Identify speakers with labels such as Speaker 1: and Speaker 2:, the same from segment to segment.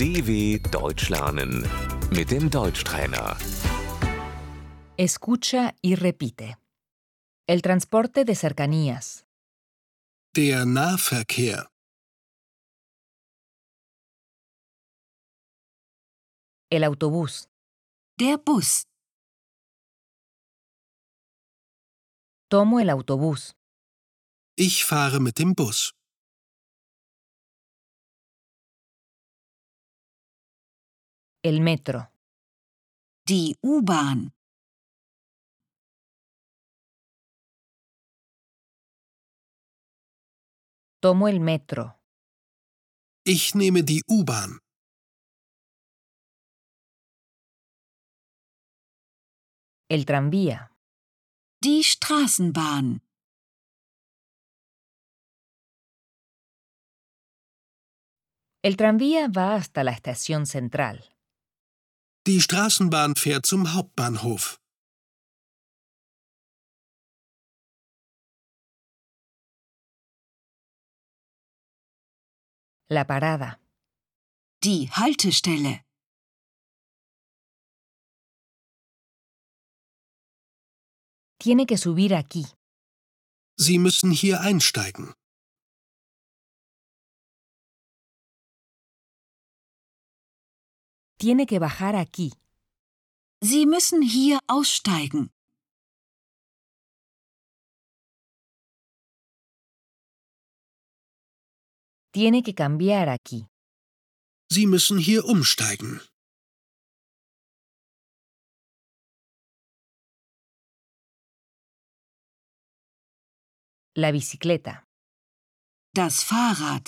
Speaker 1: DW Deutsch lernen mit dem Deutschtrainer.
Speaker 2: Escucha y repite. El transporte de cercanías,
Speaker 3: Der Nahverkehr.
Speaker 2: el autobús,
Speaker 4: Der Bus.
Speaker 2: tomo el autobús,
Speaker 3: Ich fahre mit dem Bus.
Speaker 2: el metro,
Speaker 4: Die U-Bahn.
Speaker 2: tomo el metro,
Speaker 3: Ich nehme die U-Bahn.
Speaker 2: el tranvía,
Speaker 4: Die Straßenbahn.
Speaker 2: El tranvía va hasta la estación central.
Speaker 3: Die Straßenbahn fährt zum Hauptbahnhof.
Speaker 2: La parada.
Speaker 4: Die Haltestelle.
Speaker 2: Tiene que subir aquí.
Speaker 3: Sie müssen hier einsteigen.
Speaker 2: Tiene que bajar aquí.
Speaker 4: Sie müssen hier aussteigen.
Speaker 2: Tiene que cambiar aquí.
Speaker 3: Sie müssen hier umsteigen.
Speaker 2: La bicicleta.
Speaker 4: Das Fahrrad.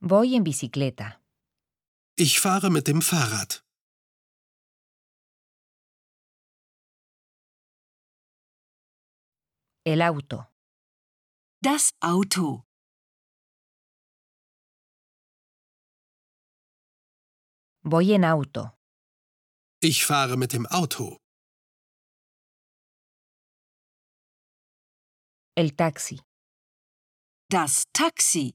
Speaker 2: Voy en bicicleta.
Speaker 3: Ich fahre mit dem Fahrrad.
Speaker 2: El auto.
Speaker 4: Das Auto.
Speaker 2: Voy en auto.
Speaker 3: Ich fahre mit dem Auto.
Speaker 2: El taxi.
Speaker 4: Das Taxi.